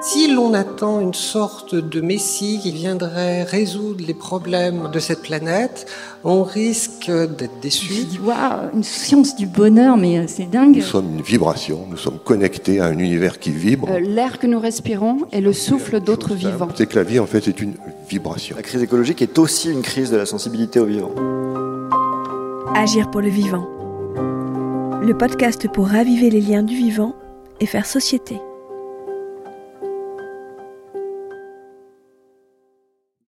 Si l'on attend une sorte de messie qui viendrait résoudre les problèmes de cette planète, on risque d'être déçu. Waouh, une science du bonheur, mais euh, c'est dingue. Nous sommes une vibration, nous sommes connectés à un univers qui vibre. Euh, L'air que nous respirons est le souffle d'autres Chose simple, vivants. C'est que la vie, en fait, est une vibration. La crise écologique est aussi une crise de la sensibilité au vivant. Agir pour le vivant. Le podcast pour raviver les liens du vivant et faire société.